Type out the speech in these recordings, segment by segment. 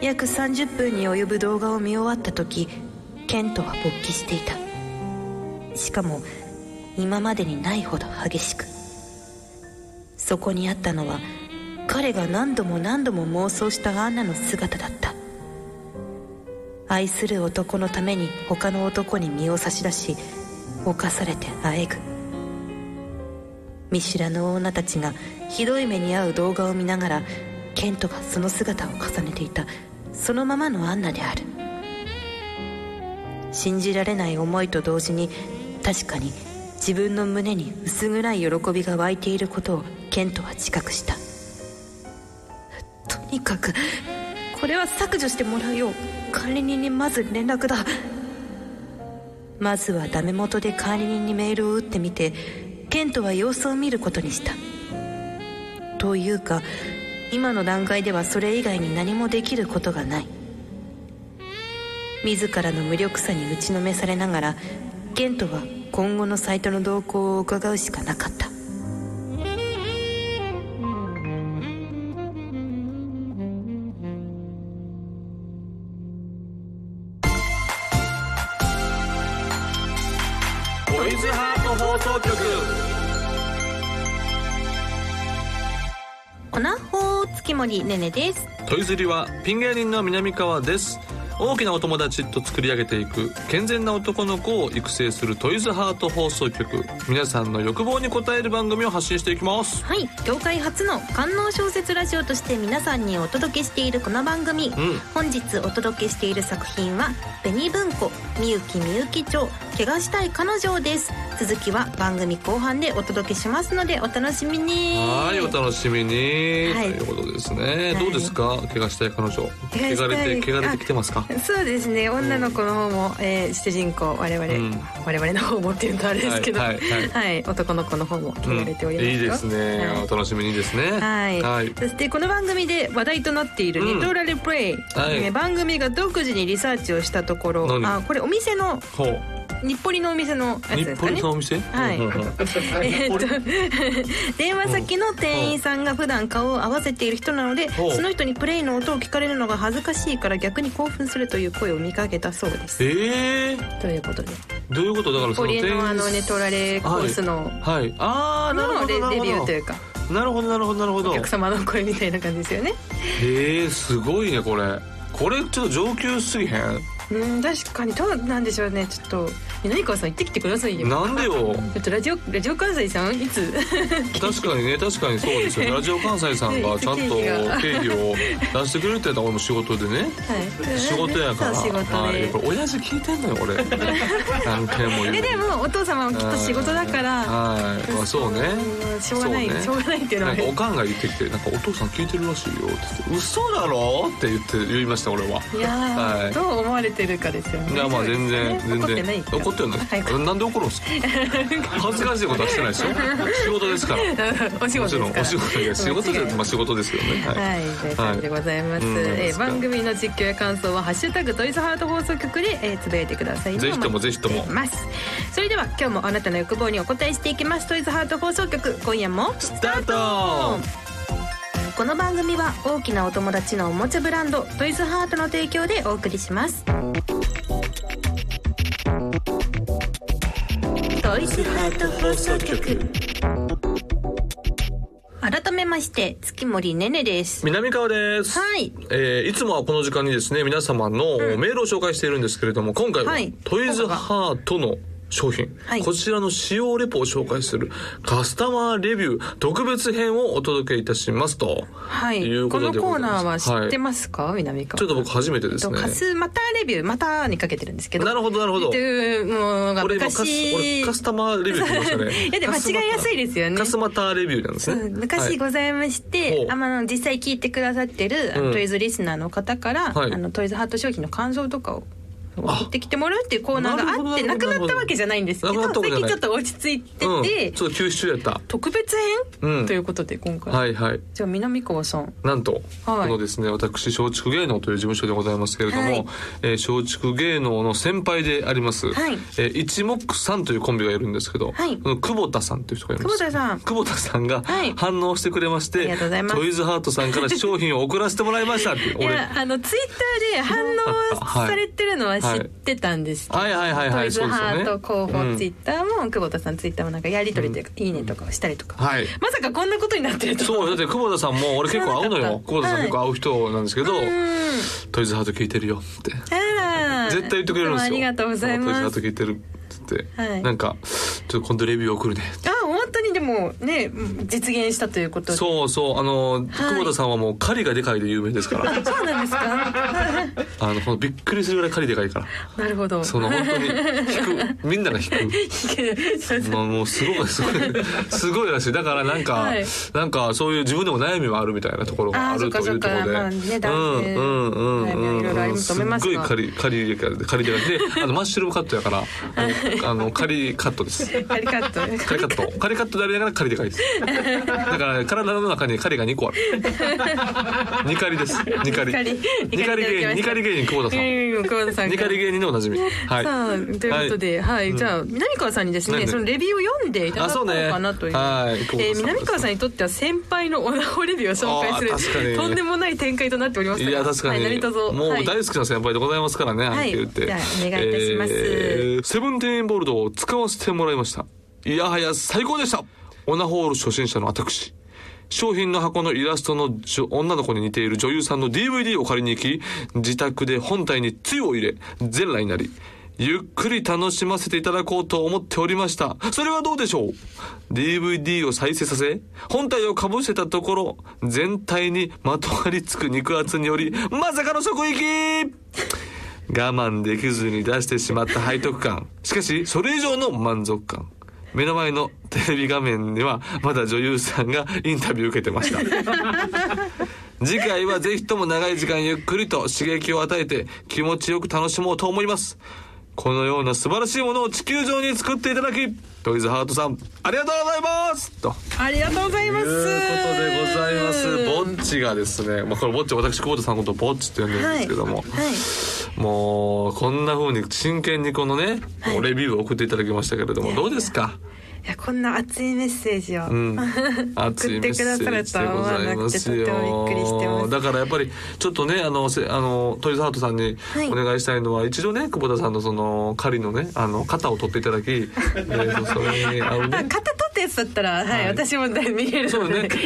約30分に及ぶ動画を見終わった時ケントは勃起していたしかも今までにないほど激しくそこにあったのは彼が何度も何度も妄想したアンナの姿だった愛する男のために他の男に身を差し出し犯されてあえぐ見知らぬ女たちがひどい目に遭う動画を見ながらケントがその姿を重ねていたそのままのアンナである信じられない思いと同時に確かに自分の胸に薄暗い喜びが湧いていることをケントは自覚したとにかくこれは削除してもらうよう管理人にまず連絡だまずはダメ元で管理人にメールを打ってみてケントは様子を見ることにしたというか今の段階ではそれ以外に何もできることがない自らの無力さに打ちのめされながらケントは今後のサイトの動向を伺うしかなかったトイズハート放送局おなほー月森ねねですトイズリはピン芸人の南川です大きなお友達と作り上げていく健全な男の子を育成するトイズハート放送局皆さんの欲望に応える番組を発信していきますはい業界初の官能小説ラジオとして皆さんにお届けしているこの番組、ん本日お届けしている作品は「紅文庫みゆきみゆき町怪我したい彼女」です続きは番組後半でお届けしますのでお楽しみにはいお楽しみに、はいということですね、はいどうですか怪我したい彼女怪我した汚いれて汚れてきてますかそうですね女の子の方も、えー主人公我々、うん我々の方もっていうとあれですけどははいい、はいはい男の子の方も気に入れておりますよ、いいですね、はいお楽しみにですねはい、はいそしてこの番組で話題となっている「うんリトラルプレイ」はいえー番組が独自にリサーチをしたところ何あこれお店のほう日暮里のお店のやつ日ですか暮ね里のお店はいうんうんうんえー っと電話先の店員さんが普段顔を合わせている人なのでほうその人にプレイの音を聞かれるのが恥ずかしいから逆に興奮するという声を見かけたそうですえー、ということでどういうことだからそポのリエ店員のあのネトラレコースの、はいああなるほのレどなるレほビューといどうかなるほどなるほどなるほおど客様の声みたいな感じですよねへえすごいねこれこれちょっと上級すぎへんうん確かにどうなんでしょうねちょっと南川さん行ってきてくださいよなんでよちょっとラジオラジオ関西さんいつ確かにね確かにそうです よラジオ関西さんがちゃんとケーケーキを出してくれてた俺も仕事でねはい仕事やからそう仕事で、はいこれ親父聞いてんのよ 俺何回も言うえでもお父様はきっと仕事だからはい、まあ、そうねうんしょうがない、そうねしょうがないっていうのなはんかおかんが言ってきて「なんかお父さん聞いてるらしいよ」って言って「嘘だろ?」って言って言いました俺はいやー、はいどう思われてるかですよねいやまあ全然全怒ってない然怒ってないはいなんで怒るんです か恥ずかしいことはしてないですよ仕事ですからお 仕もち事でろすんからお仕事いや仕事じゃなくてまあ仕事ですけどねはいはい、という感じでございます。はいうんえー番組の実況や感想はハッシュタグトイズハート放送局で、えー、つぶやいてくださいね。ぜひともお待ちしてぜひともます。それでは今日もあなたの欲望にお答えしていきます。トイズハート放送局今夜もスタートこの番組は大きなお友達のおもちゃブランドトイズハートの提供でお送りしますトイズハート放送局改めまして月森ねねです南川ですはいえーいつもはこの時間にですね皆様のメールを紹介しているんですけれども今回ははいトイズハートの商品、はいこちらの使用レポを紹介するカスタマーレビュー特別編をお届けいたしますと、、はいい。うこことのでコごーざいまナーはす知ってはいますか、南川。ちょっと僕初めてですとねカスまたレビューまたにかけてるんですけど。なるほどなるほどというものが俺今カス俺昔。カスタマーレビューって言いましたね いやでも間違いやすいですよねカスマターレビューなんですうねん昔ございましはいほてう、あまあ実際聞いてくださってる、あのうんトイズリスナーの方から、はいあのトイズハート商品の感想とかを送ってきてもらうっていうコーナーがあってななくるほどななるほどったわけじゃないんですけなくなどったわけ最じ近ゃないちょっと落ち着いてて、うん、ちょっと休止中やった特別う編んということで今回、はいはいじゃあ南川さんなんと、はいこのですね私松竹芸能という事務所でございますけれども、はいえー松竹芸能の先輩であります、はいえー一目さんというコンビがいるんですけど、はいこの久保田さんという人がいるん久で保す田さん久保田さんがはい反応してくれまして、ありがとうございますトイズハートさんから商品を送らせてもらいましたってい俺やあのツイッターで反応されてるのは知ってたんですけど、はいはいはいはトいイズハートそう広ですよねう報んツイッターも、久保田さんツイッターもなんかやり取りというか、いいねとかをしたりとか、はいまさかこんなことになってるとそうだって久保田さんも俺結構会うの知らなかよった久保田さんはい結構会う人なんですけど、うんトイズハート聞いてるよってあら絶対言ってくれるんでいすよつもありがとうございトイズハまートす聞いてるって言って、はいなんかちょっと今度レビュー送るねあ本当にでもね実現したということでそうそうあの、久保田さんはもう狩りがでかいで有名で すからあそうなんですかあのこのびっくりするぐらい狩りでかいからなるほどその本当に引 くみんなが引くまあ、もうすごいすごいすごいらしいだからなんか、はいなんかそういう自分でも悩みはあるみたいなところがああーるとそいっうとかこそっかろで、まあね男性うんうんうんう悩みはんいろいろあると思いますすっがごい狩り狩りでかい狩りでかいであのマッシュルームカットやからあのあの狩りカットですありがとうカリカット。カリカットでありながらカリでかいです。だから体の中にカリが2個あ る。ニカリです。ニカリ。ニカカリリ芸人、ニカリ芸人久保田さん。久保田さんニかカリら芸人のおなじみ。はい。さあということで、はいじゃあ南川さんにですなんねでそのレビューを読んでいただこうかなというあそうねはい久保田さんえー南川さんにとっては先輩のおなほレビューを紹介あーす確かにるとんでもない展開となっておりますがいや確かに、はい、何卒もうはい大好きな先輩でございますからね、はい言ってじゃあお願いいたしますセブンティーンボルドを使わせてもらいましたいやはや最高でしたオナホール初心者の私商品の箱のイラストのじょ女の子に似ている女優さんの DVD を借りに行き自宅で本体につゆを入れ全裸になりゆっくり楽しませていただこうと思っておりました。それはどうでしょう ?DVD を再生させ、本体をかぶせたところ、全体にまとわりつく肉厚により、まさかの即行き我慢できずに出してしまった背徳感しかしそれ以上の満足感目の前のテレビ画面にはまだ女優さんがインタビュー受けてました 次回はぜひとも長い時間ゆっくりと刺激を与えて気持ちよく楽しもうと思いますこのような素晴らしいものを地球上に作っていただきトイズハートさんありがとうございますとありがとうございます。ということでございますぼっちがですね、まあ、これぼっち私久保田さんのことぼっちって呼んでるんですけども、はい。もうこんな風に真剣にこのね、はいレビューを送っていただきましたけれどもいやいどやうですか、いやこんな熱いメッセージを、うん、 熱いメッセージでござ送っていますくださるとは思わなくてとてもびっくりしてまよすだからやっぱりちょっとねあのせあのトイズハートさんにはいお願いしたいのは、一度ね久保田さんのその狩りのねあの肩を取ってい ただきでそそれに合うあ肩ね取ったやつだったら、はい、はい私もだいぶ見えるそうのねで。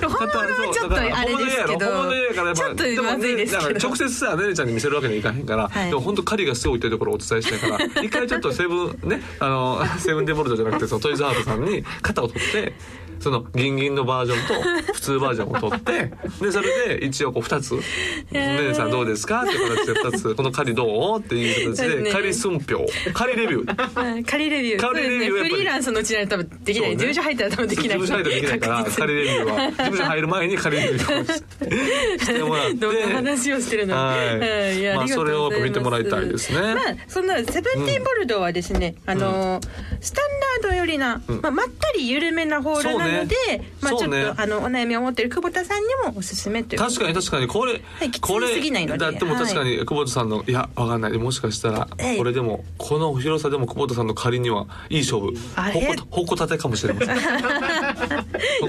本物はちょっとあれですけど、本物やからやっちぱょっとまずいですもけねだからど。直接さねねちゃんに見せるわけにいかへんから、はいでも本当狩りがすごいというところをお伝えしたいか ら一回ちょっとセブンねあの セブンデボルトじゃなくてそのトイズハートさんに肩を取って。そのギンギンのバージョンと普通バージョンを取ってでそれで一応こう2つ「ねねさんどうですか?」って形で2つ「この狩りどう?」っていう形そうでですね狩り寸評狩りレビューはい仮レビュー。仮レビュそうーですやっぱりね。フリーランスのうちなら多分できない。そうね事務所入ったら多分できない。事務所入るとできないから確実に仮レビューは事務所入る前に仮レビューをしてもらってどんな話をしてるの。はいいやまありがとうござそれをやっいまぱす見てもらいたいですねまあそんなセブンティーンボルドはですね、あのースタンダードよりな、まあまったり緩めなホールなのでそうね、まあちょそっうと、ねあのお悩みを持っている久保田さんにもおすすめという。確かに確かにこれ、いきついこれすぎないのでだってもうはい確かに久保田さんの、い、やわかんないもしかしたらええこれでもこの広さでも久保田さんの仮にはいい勝負あほれこほこ立てかもしれませんこ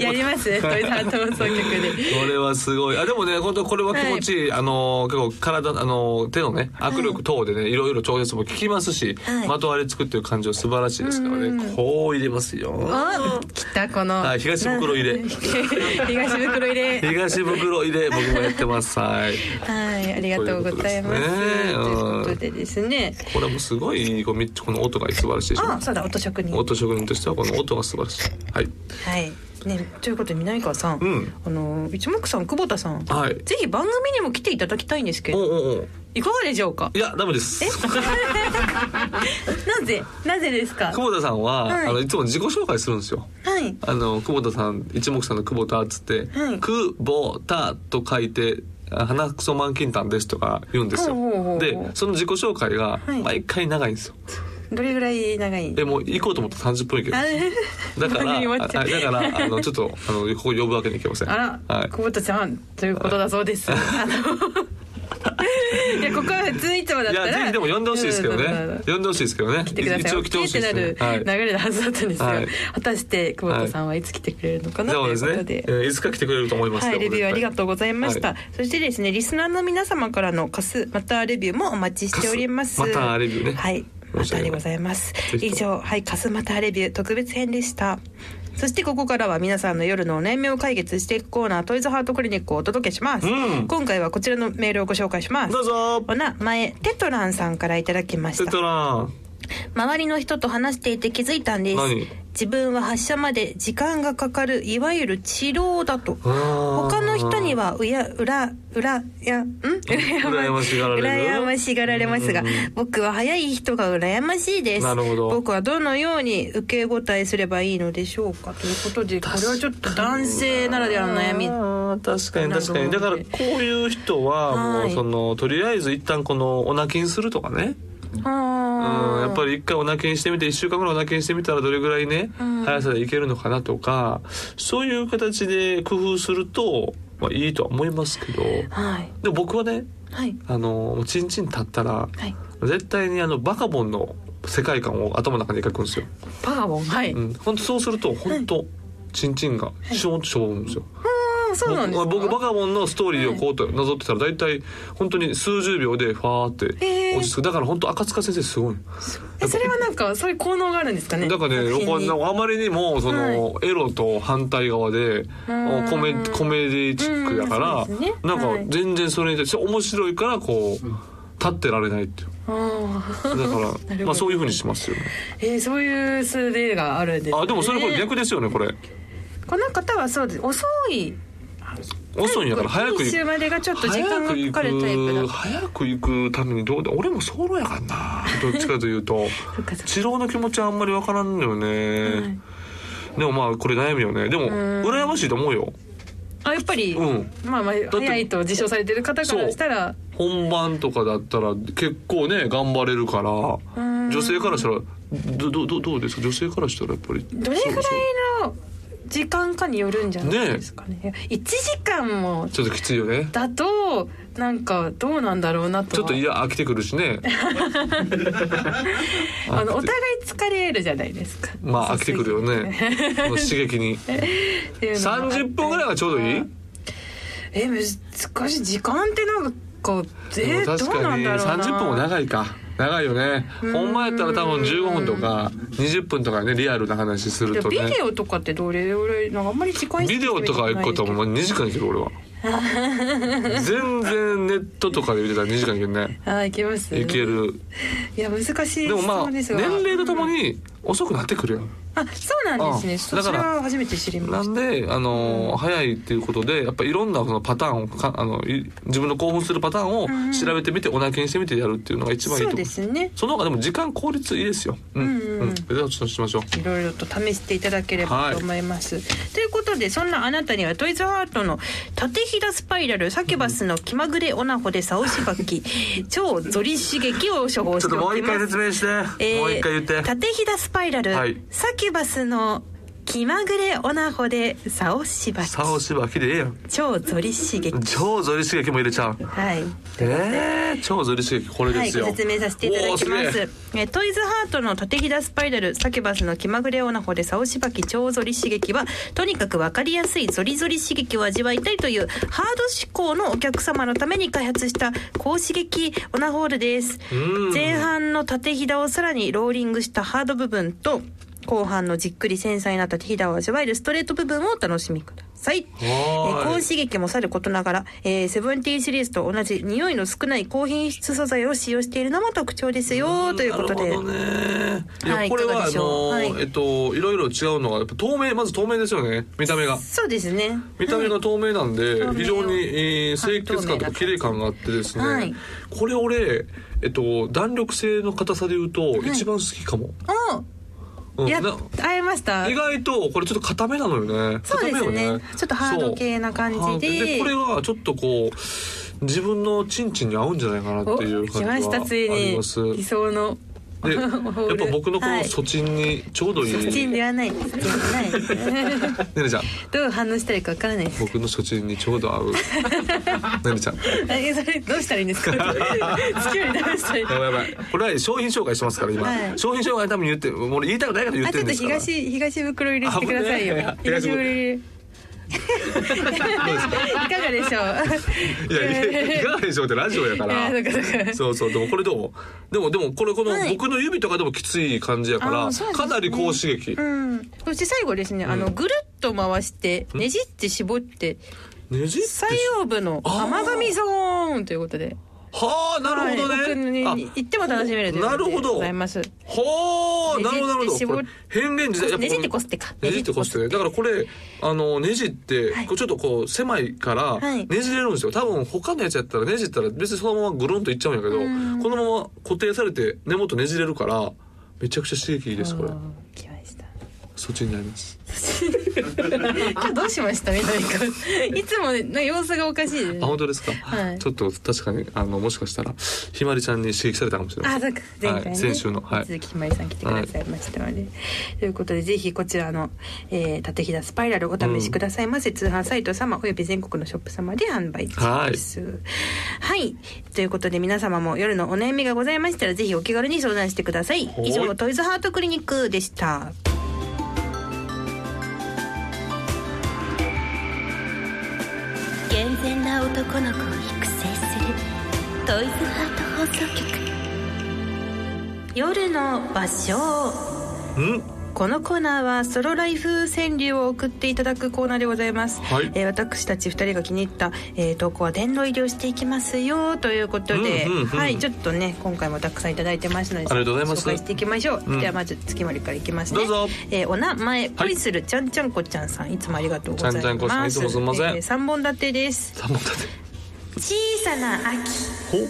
やります。トイザート放送局 で。れはすごいあでもね本当これは気持ちいい、あのー結構体あのー手のね握力等でね、い、ろいろ調節も効きますし、はいまとわりつくっていう感じは素晴らしいですからね、うんうんこう入れますよあ、来たこの。はい東袋入れ 東袋入れ。東袋入れ僕もやってますはいはい、ありがとうございます。とといいううここととででですね。これもすごいこうみこの音が素晴らしいでしょあ、そうだ、音職人。音職人としてはこの音が素晴らしい。はい。はい。ね、ということで南川さん、うんあの一目さん久保田さん、はい。ぜひ番組にも来ていただきたいんですけおうど、おうおう。いかがでしょうかい。や、ダメです。 なぜなぜですか。久保田さんは、はいあのいつも自己紹介するんですよ。はい。あの久保田さん一目さんの久保田っつって、はい久保田と書いて「あ鼻くそマンキンタンです」とか言うんですよほうほうほうでその自己紹介がい毎回長いんですよ、どれぐらい長いえもう行こうと思ったら30分いけるあだから番 あ組終わっちゃうあだからあのちょっとあのここ呼ぶわけにいきませんあら、はい久保田さんということだそうです。あの いやここは普通いつもだっいたやぜらひでも呼んでほしいですけどうんうんうんうねん呼んでほしいですけどね来てください。一応来てほしいですってねなる流れのはずだったんですよ。はい果たして久保田さんはいつ来てくれるのかなそとういでうすこねとえで。ーいつか来てくれると思いますよはい、レビューありがとうございました。はいそしてですね、リスナーの皆様からのカス、またレビューもお待ちしております。カスまたレビューねはい、またでございますぜ。ひ以とも上、はい、カスまたレビュー特別編でした。そしてここからは皆さんの夜のお悩みを解決していくコーナー、トイズハートクリニックをお届けします。うん今回はこちらのメールをご紹介します。どうぞお名前、テトランさんからいただきましテた。トラン周りの人と話していて気づいたんです何自分は発射まで時間がかかるいわゆる治療だと他他の人にはうやうらうらいやん羨羨ましがられる羨ましがられますがうん僕は早い人が羨ましいですなるほど僕はどのように受け答えすればいいのでしょうかということでこれはちょっと男性ならではの悩み確かに確かになだるほかどらこういう人はもはういそのとりあえず一旦このお泣きにするとかねうんあーやっぱり一回お泣きにしてみて1週間ぐらいお泣きにしてみたらどれぐらいねうん速さでいけるのかなとかそういう形で工夫するとまあいいとは思いますけどはいでも僕はねはいあのちんちん立ったらはい絶対にあのバカボンの世界観を頭の中に描くんですよ。パガボンはい、うん、本当そうすると本当、チンチンがショーンとしょぼむんですよ。あーそうなんですか僕僕バカボンのストーリーをこうとなぞってたら大体本当に数十秒でファーってへー落ち着く、だから本当赤塚先生すごいのえそれはなんかそういう効能があるんですかね。だからね作品僕にはあまりにもその、エロと反対側でんコメコメディチックだから、うんそうですねなんはかい全然それに対して面白いからこう立ってられないっていうあだー かほら、どまあそういうふうにしますよねえーそういう数例があるんです、ね。あでもそれこれ逆ですよねこれこの方はそうです。遅い。遅いんやから早く一行周くまでがちょっと時間がかかるタイプだ。早く行くためにどうだ俺もソロやからなどっちかというとそっかそっか治療の気持ちはあんまりわからんのよね、はいでもまあこれ悩みよねでもん羨ましいと思うよあやっぱり、うんまあまあ早いと自称されてる方からしたら本番とかだったら結構ね頑張れるからん女性からしたらどどどどうですか女性からしたらやっぱりどれぐらいそうの時間かによるんじゃないですかね。一、時間もそうちょっときついよねだとなんかどうなんだろうなとは。ちょっといや飽きてくるしねあのお互い疲れるじゃないですか。まあ飽きてくるよねこの刺激 にっていうのがあって30分ぐらいがちょうどいいえ難しい時間ってなんかえでもー、どうなんだろうな30分も長いか長いよねんほんまやったら多分15分とか20分とかねリアルな話するとビねデオとかってどれぐらいなんかあんまり時間意ビ識デオとか行くことはもう2時間いける 俺は全然ネットとかで見てたら2時間いけるねあーいけ ますいけるいや難しい質でもまあ問で年すが齢とともに遅くなってくるよあそうなんですねうんそだそかれらは初めて知りまなしんで、あのー早いっていうことでやっぱいろんなそのパターンをかあのい自分の興奮するパターンを調べてみて、おなけにしてみてやるっていうのが一た番いいそとう思うですねその方がでも時間効率いいですよ。うんうんうんうん。ではちょっとしましょう。いろいろと試していただければと思います、ということでそんなあなたにはトイズハートの縦ひだスパイラルサキュバスの気まぐれオナホでサオシバ キ超ゾリ刺激を処方しておきます明して、えー縦ひだスパイラル、はいサキュバスの気まぐれオナホでサオシバキサオシバキでええやん。超ゾリ刺激超ゾリ刺激も入れちゃう。はいええ、超ゾリ刺激これはでい、すよ。ご説明させていただきまおーす。えートイズハートの縦ひだスパイラル、サキュバスの気まぐれオナホでサオシバキ超ゾリ刺激は、とにかくわかりやすいゾリゾリ刺激を味わいたいという、ハード思考のお客様のために開発した、高刺激オナホールですうん。前半の縦ひだをさらにローリングしたハード部分と、後半のじっくり繊細な縦ひだを味わえるストレート部分をお楽しみください。すげえはえーー高い。刺激もさることながら、えーセブンティーンシリーズと同じ匂いの少ない高品質素材を使用しているのも特徴ですよということなでるほどね。いはやいこれいかはがあでしょうのはーいえっといろいろ違うのがやっぱ透明まず透明ですよね見た目が。そうですね見た目が透明なんで、はい非常に、えー透明清潔感とか綺麗感があってですね、はいこれ俺、えっと、弾力性の硬さで言うと、一番好きかも、おうんやっな会えました意外とこれちょっと固めなのよねそうです固めねよちょっとハード系な感じでそうハードこれはちょっとこう自分のチンチンに合うんじゃないかなっていうお来感まじしはたあついりにます理想の でやっぱ僕のこはのい素チンにちょうどいい、スチンねではない スチンではないねねちゃんどう反応したらいいかわからないです僕の素チンにちょう ど合うねねちゃんえそれどうしたらいいんですか 好きよりどうしたらいいやばいやばいこれは商品紹介してますから今、はい商品紹介多分言ってもう俺言いたくないから言っあてちるょっとんですから東東袋入れしてくださいよ危ない東袋入れ い かがでしょいうやいいかがでしょうってラジオやからやそうかそうかそうそうでもこれどうでもでもこれこのはい僕の指とかでもきつい感じやから、あそうですねかなり高刺激、うんそして最後ですね、あのぐるっと回してねじって絞ってねじって左右部の甘神ゾーンということではあなるほどはい、奥ね、に行っても楽しめるというなることほでごどざいますはあなるほどなるねじって絞ほどこるれ変幻自在ねじってこすってかねじってこすってだからこれあのねじって、はいこうちょっとこう狭いからはいねじれるんですよ多分他のやつやったらねじったら別にそのままぐるんといっちゃうんやけどうんこのまま固定されて根元ねじれるからめちゃくちゃ刺激いいですこれあー来ましたそっちになります今日どうしましたみたい ないつもねなんか様子がおかしいですねあ本当ですか、はいちょっと確かにあのもしかしたらひまりちゃんに刺激されたかもしれませあ、んそうか、前回ね、はい先週のはい鈴木ひまりさん来てくださいましたので、ということでぜひこちらの、えー、縦ひだスパイラルお試しくださいませ、通販サイト様および全国のショップ様で販売中です。はい、ということで皆様も夜のお悩みがございましたらぜひお気軽に相談してください。はい以上トイズハートクリニックでした。健全な男の子を育成するトイズハート放送局夜の場所。うんこのコーナーはソロライフ川柳を送っていただくコーナーでございます、はいえー私たち2人が気に入った、えー投稿は殿堂入りをしていきますよということで、うんうんうんはいちょっとね今回もたくさんいただいてますのでありがとうございます紹介していきましょう、うんではまず月森からいきますねどうぞえーお名前恋するちゃんちゃんこちゃんさんいつもありがとうございますちゃんちゃんこさんいつもすんません3本立てです三本立て小さな秋ほティ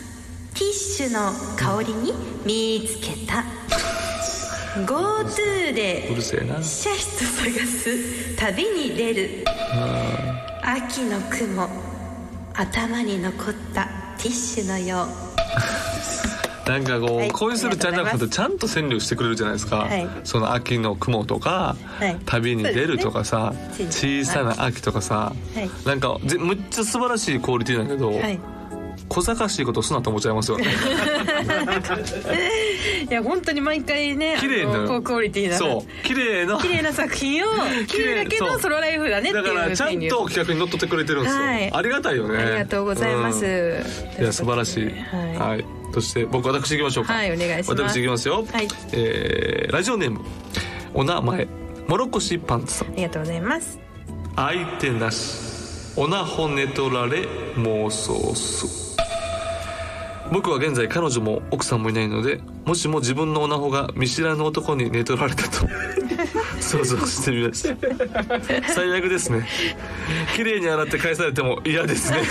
ッシュの香りに見つけ た GoTo でうるせえなシャイと探す旅に出る秋の雲頭に残ったティッシュのようなんかこう、はい恋するちゃんちゃんこありがととうございますちゃんと占領してくれるじゃないですか、はいその秋の雲とか、はい旅に出るとかさ、そうですね小さな秋とかさ、はいなんかぜむっちゃ素晴らしいクオリティなんだけど、はい小賢しいことすなと思っちゃいま すよねいや本当に毎回ねあ綺麗なの高クオリティなそう綺麗な綺麗な作品を綺麗だけそうどソロライフだねっていだうからちゃん川柳と企画に乗っ取ってくれてるんですよ、はいありがたいよねありがとうございます。うんいや素晴らしい。はい。はい。そして僕私行きましょうか。はいお願いします私行きますよ。はいえーラジオネームお名前モロコシパンツさんありがとうございます。相手なしおなほねとられ妄想す。僕は現在彼女も奥さんもいないのでもしも自分のおなほが見知らぬ男に寝取られたと 想像してみました最悪ですね綺麗に洗って返されても嫌ですね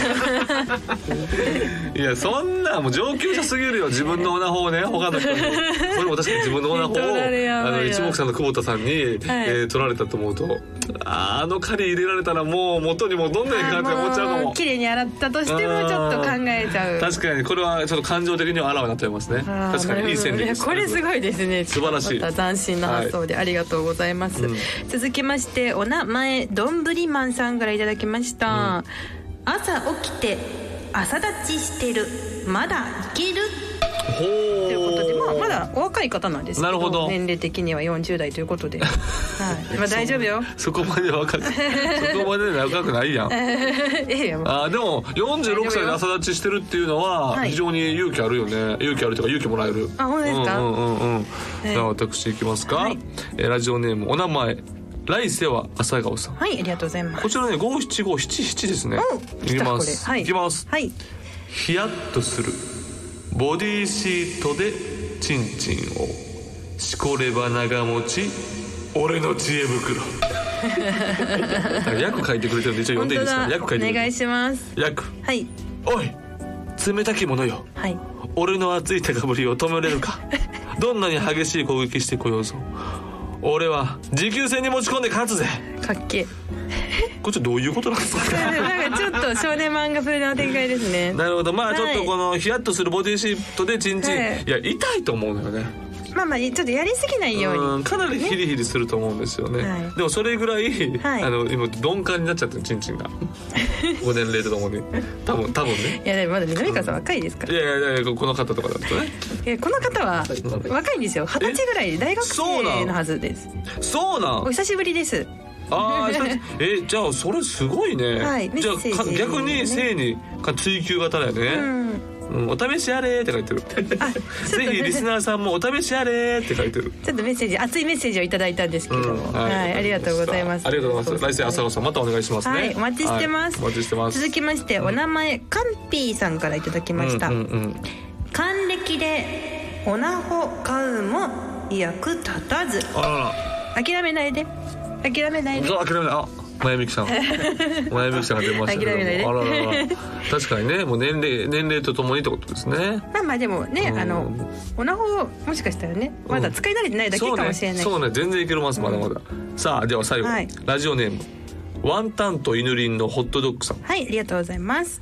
いやそんなもう上級者すぎるよ自分のオナホをね他の人にそれも確かに自分の オナホを取られやばあいわの一目散の久保田さんに、えー取られたと思うとあーあの狩り入れられたらもう元に戻んないかって思っちゃうかももう綺麗に洗ったとしてもちょっと考えちゃう。確かにこれはちょっと感情的にはあらわになってますねあー確かにいい線なでるほどいやこれすごいですね素晴らしいまた斬新な発想でありがとうございます、うん続きましてお名前どんぶりマンさんからいただきました、朝起きて朝立ちしてるまだいけるほということで、まあ、うまだお若い方なんですけどなるほど年齢的には40代という ことで、はい、まあ大丈夫よそこま で若くそこまで若くないやんい やいやもうあーでも46歳で朝立ちしてるっていうのははい非常に勇気あるよね、勇気あるというか勇気もらえるあ本当ですかうんうんうんうんえーでは私いきますか、はいえーラジオネームお名前来世は朝顔さんはいありがとうございますこちらね五七五七七ですねおいきます、これはいきますはいヒヤッとするボディーシートでチンチンをしこれば長持ち俺の知恵袋だから訳書いてくれてるんで一応読んでいいですか訳書いておくれ願いてしまする訳はいおい冷たきものよはい 俺の熱い高ぶりを止めれるかどんなに激しい攻撃してこようぞ俺は持久戦に持ち込んで勝つぜかっけこっちどういうことなんですえかなんかちょっと少年漫画風な展開ですねなるほどまあはいちょっとこのヒヤッとするボディシートでチンチン、はいい、や痛いと思うのよねまあまあちょっとやりすぎないようにうんかなりヒリヒリすると思うんですよね、はいでもそれぐらい、はいあの今鈍感になっちゃってるチンチンが5年齢とともに多分多分ねいやでもまだ南川さん若いですからいやいやいやこの方とかだとねいやこの方ははい若いんですよ二十歳ぐらいで大学生のはずですそうなんお久しぶりですああ、そうえ、じゃあそれすごいね。はいじゃあメッセージかね逆に性にか追求型だようね。んうん、お試しあれーって書いてる。あちょぜっとひリスナーさんもお試しあれーって書いてる。 ちょっとメッセージ熱いメッセージをいただいたんですけうども、んはい、ありがとうございますありがとうございます。来世朝顔さんまたお願いしますね。はいお待ちしてますはいお待ちしてます。続きましてお名前カンピーさんからいただきました、うんうんうん還暦でオナホ買うも役立たずあら諦めないで諦めないら、でそう諦めない。あ、まやみ きさん。まやみきさんが出ましたけ諦ども。めないであらららら。確かにね、もう年齢年齢とともにってことですね。まあまあでもね、うんあのオナホもしかしたらねまだ使い慣れてないだけかもしれない、そうねそうね全然いけるますまだまだ、さあでは最後、はいラジオネームワンタンと犬リンのホットドッグさんはいありがとうございます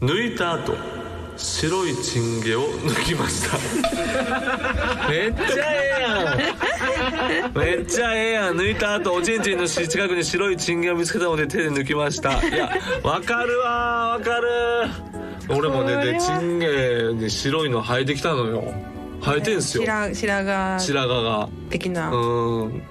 抜いた後白いチンゲを抜きましためっちゃええやんめっちゃええやん抜いた後おちんちんのし近くに白いチンゲを見つけたので手で抜きましたいやわかるわわかる俺こもれねはでチンゲに白いの生えてきたのよ生えてんすよ白白髪白髪が。的な、うん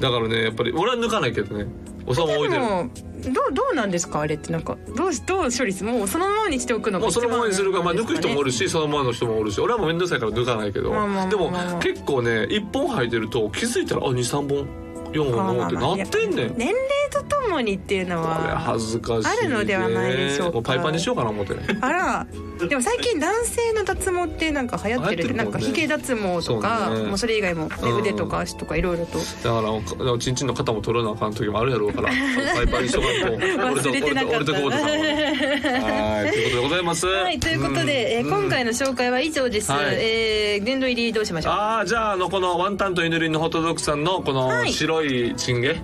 だからねやっぱり俺は抜かないけどねおさま置いてでるももどうどうなんですかあれってなんかどうしどう処理するもうそのままにしておくのがうそのままにするか、まあ、抜く人もおるるしそのままの人もおるし俺はもう面倒くさいから抜かないけどまあまあまあでもまあまあ結構ね1本履いてると気づいたらあ23本4本5本ってなってんねんこ年齢とともにっていうのれは恥ずかしいねあるのではないでしょうかもうパイパンにしようかな思ってねあらでも最近男性の脱毛ってなんか流行ってる流行ってるもんねなんかひげ脱毛とかそもううねそれ以外も、ねうん腕とか足とかいろいろとだからおだからチンチンの肩も取らなあかん時もあるやろうからパイパンにしようかなと俺と忘れて俺なかとった俺とコートさんははいということでございますはいということで、んえー今回の紹介は以上です、はいえー、年度入りどうしましょうああじゃああのこのワンタンとイヌリンのホットドッグさんのこのはい白いチンゲ、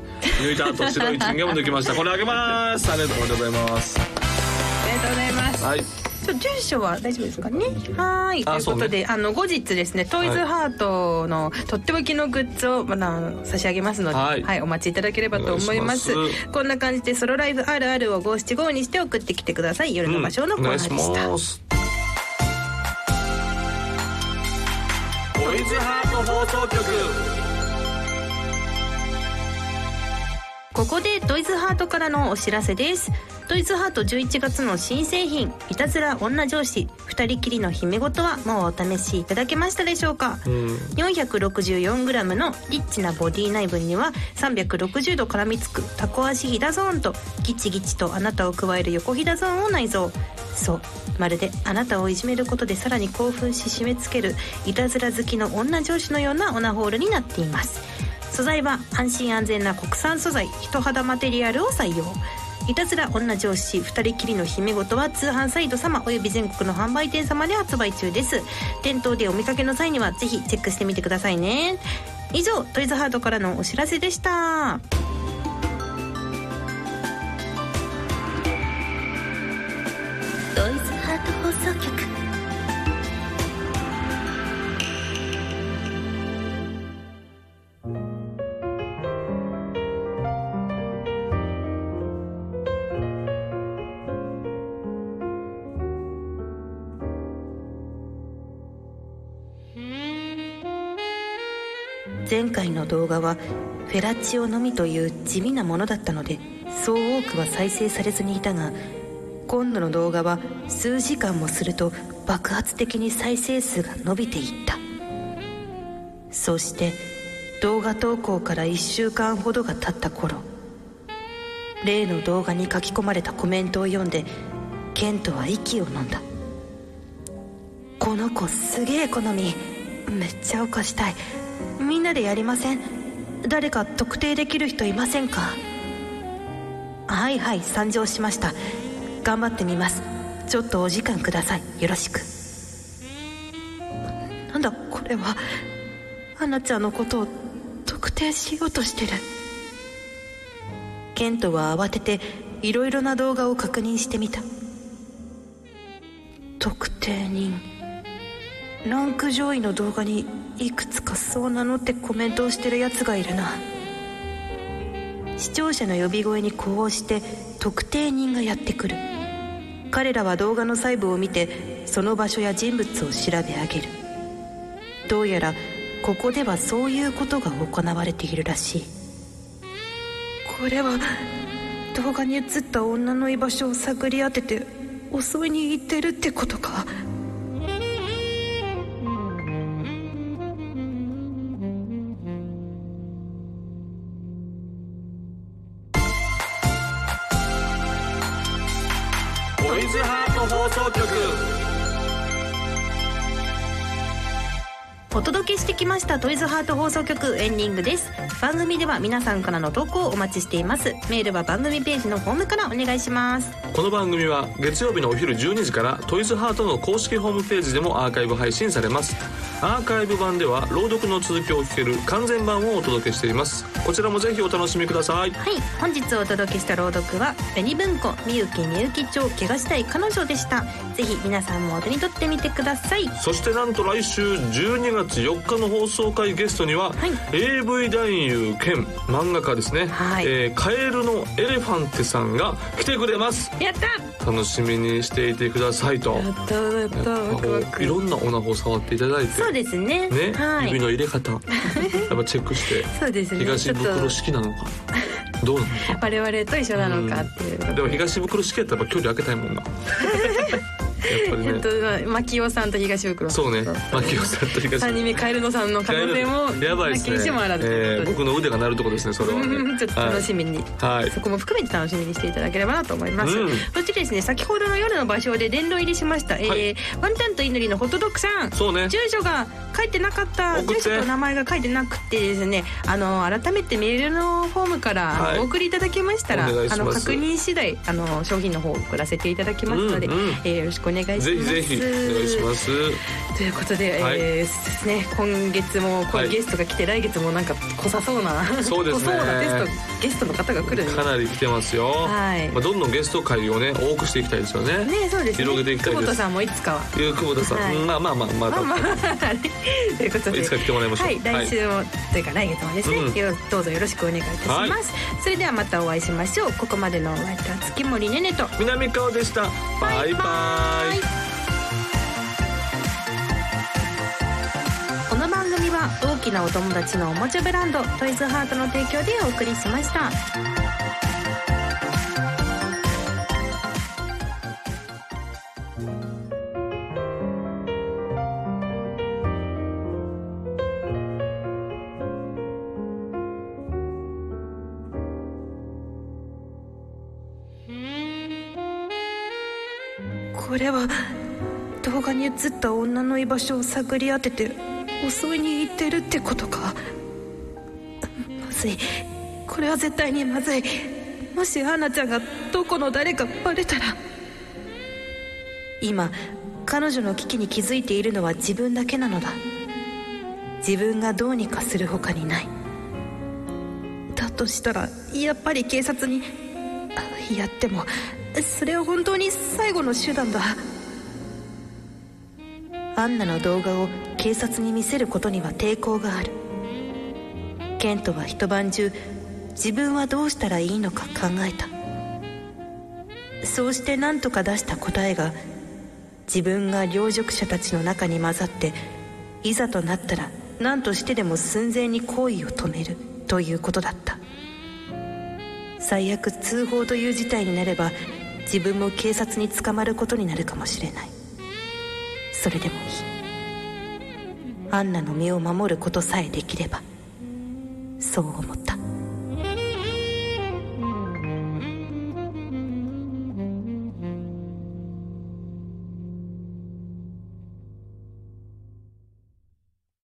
抜いた後白いチンゲも抜きましたこれあげますありがとうございますありがとうございますはいちょ住所は大丈夫ですかね。はーい。とあいうことで、あの後日ですね、トイズハートのとっておきのグッズをまだあの差し上げますので、ははいい、お待ちいただければと思いますお願いし。こんな感じでソロライブあるあるを五七五にして送ってきてください。夜の場所のうコんーおナ願ーいでしした。ますトイズハート放送局ここでトイズハートからのお知らせですトイズハート11月の新製品いたずら女上司二人きりの姫ごとはもうお試しいただけましたでしょうか、464g のリッチなボディ内部には360度絡みつくタコ足ひだゾーンとギチギチとあなたを加える横ひだゾーンを内蔵そうまるであなたをいじめることでさらに興奮し締め付けるいたずら好きの女上司のようなオナホールになっています素材は安心安全な国産素材人肌マテリアルを採用いたずら女上司2人きりの姫事は通販サイト様および全国の販売店様で発売中です店頭でお見かけの際にはぜひチェックしてみてくださいね以上トイズハートからのお知らせでしたドイツハート放送局前回の動画はフェラチオのみという地味なものだったのでそう多くは再生されずにいたが今度の動画は数時間もすると爆発的に再生数が伸びていったそして動画投稿から1週間ほどが経った頃例の動画に書き込まれたコメントを読んでケントは息を飲んだこの子すげえ好みめっちゃお菓したいみんなでやりません誰か特定できる人いませんかはいはい参上しました頑張ってみますちょっとお時間くださいよろしくなんだこれはアナちゃんのことを特特定しようとしてるケントは慌てていろいろな動画を確認してみた特定人ランク上位の動画にいくつかそう名乗ってコメントをしてるやつがいるな視聴者の呼び声に呼応して特定人がやってくる彼らは動画の細部を見てその場所や人物を調べ上げるどうやらここではそういうことが行われているらしいこれは動画に映った女の居場所を探り当てて襲いに行ってるってことかトイズハート放送局お届けしてきましたトイズハート放送局エンディングです番組では皆さんからの投稿をお待ちしていますメールは番組ページのホームからお願いしますこの番組は月曜日のお昼12時からトイズハートの公式ホームページでもアーカイブ配信されますアーカイブ版では朗読の続きを聞ける完全版をお届けしていますこちらもぜひお楽しみくださいはい本日お届けした朗読は紅文庫みゆきみゆき町怪我したい彼女でしたぜひ皆さんもお手に取ってみてくださいそしてなんと来週12月4日の放送回ゲストには、はい AV 男優兼漫画家ですね、はいえーカエルのエレファンテさんが来てくれますやった楽しみにしていてくださいとったやっやっぱこういろんなおなごを触っていただいてそうですねね、はい指の入れ 方やっぱチェックしてそうですね東袋式なのかどうなのか我々と一緒なのかっていうのがでも東袋式やったらやっぱ距離開けたいも んなやっぱりえっねと、まあ、牧雄さんと東袋さん。そうね牧野さんと東三人目カエルノさんの可能性もやばいですなきにしねもあらずとえいうーこと僕の腕が鳴るとこですねそれはでねちょっと楽しみに、はい、はいそこも含めて楽しみにしていただければなと思います、うんそしてですね先ほどの夜の場所で電動入りしました、えーはいワンちゃんと祈りのホットドッグさんそうね住所が書いてなかった送っ住て所と名前が書いてなくてですねあの改めてメールのフォームから、あのはいお送りいただけましたらお願いしあのます確認次第あの商品の方を送らせていただきますので、うんうんえーよろしくお願いしますぜひぜひお願いしますということで、はいえーそうですね今月もこはういゲストが来て、来月もなんか来さそうなそうです来ねそうなゲストゲストの方が来るかなり来てますよ、はいまあ、どんどんゲスト会をね多くしていきたいですよねねそうですね広げていきたい久保です田さんもいつかはいう久保田さん、はいまあまあまあまあ、まあまあはいということでいつか来てもらいましょうはい来週も、というか来月もですね、うんよどうぞよろしくお願いいたします、はいそれではまたお会いしましょうここまでのお相手は月森ねねと南川でしたバイバイこの番組は大きなお友達のおもちゃブランドトイズハートの提供でお送りしましたこれは動画に映った女の居場所を探り当てて襲いに行ってるってことかまずいこれは絶対にまずいもしアンナちゃんがどこの誰かバレたら今彼女の危機に気づいているのは自分だけなのだ自分がどうにかする他にないだとしたらやっぱり警察にあいやってもそれは本当に最後の手段だアンナの動画を警察に見せることには抵抗があるケントは一晩中自分はどうしたらいいのか考えたそうして何とか出した答えが自分が領辱者たちの中に混ざっていざとなったら何としてでも寸前に行為を止めるということだった最悪通報という事態になれば自分も警察に捕まることになるかもしれないそれでもいいアンナの身を守ることさえできればそう思った